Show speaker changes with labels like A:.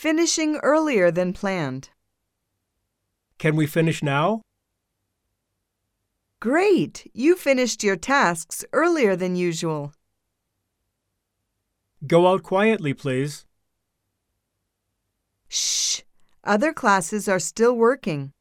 A: Finishing earlier than planned.
B: Can we finish now?
A: Great! You finished your tasks earlier than usual.
B: Go out quietly, please.
A: Shh! Other classes are still working.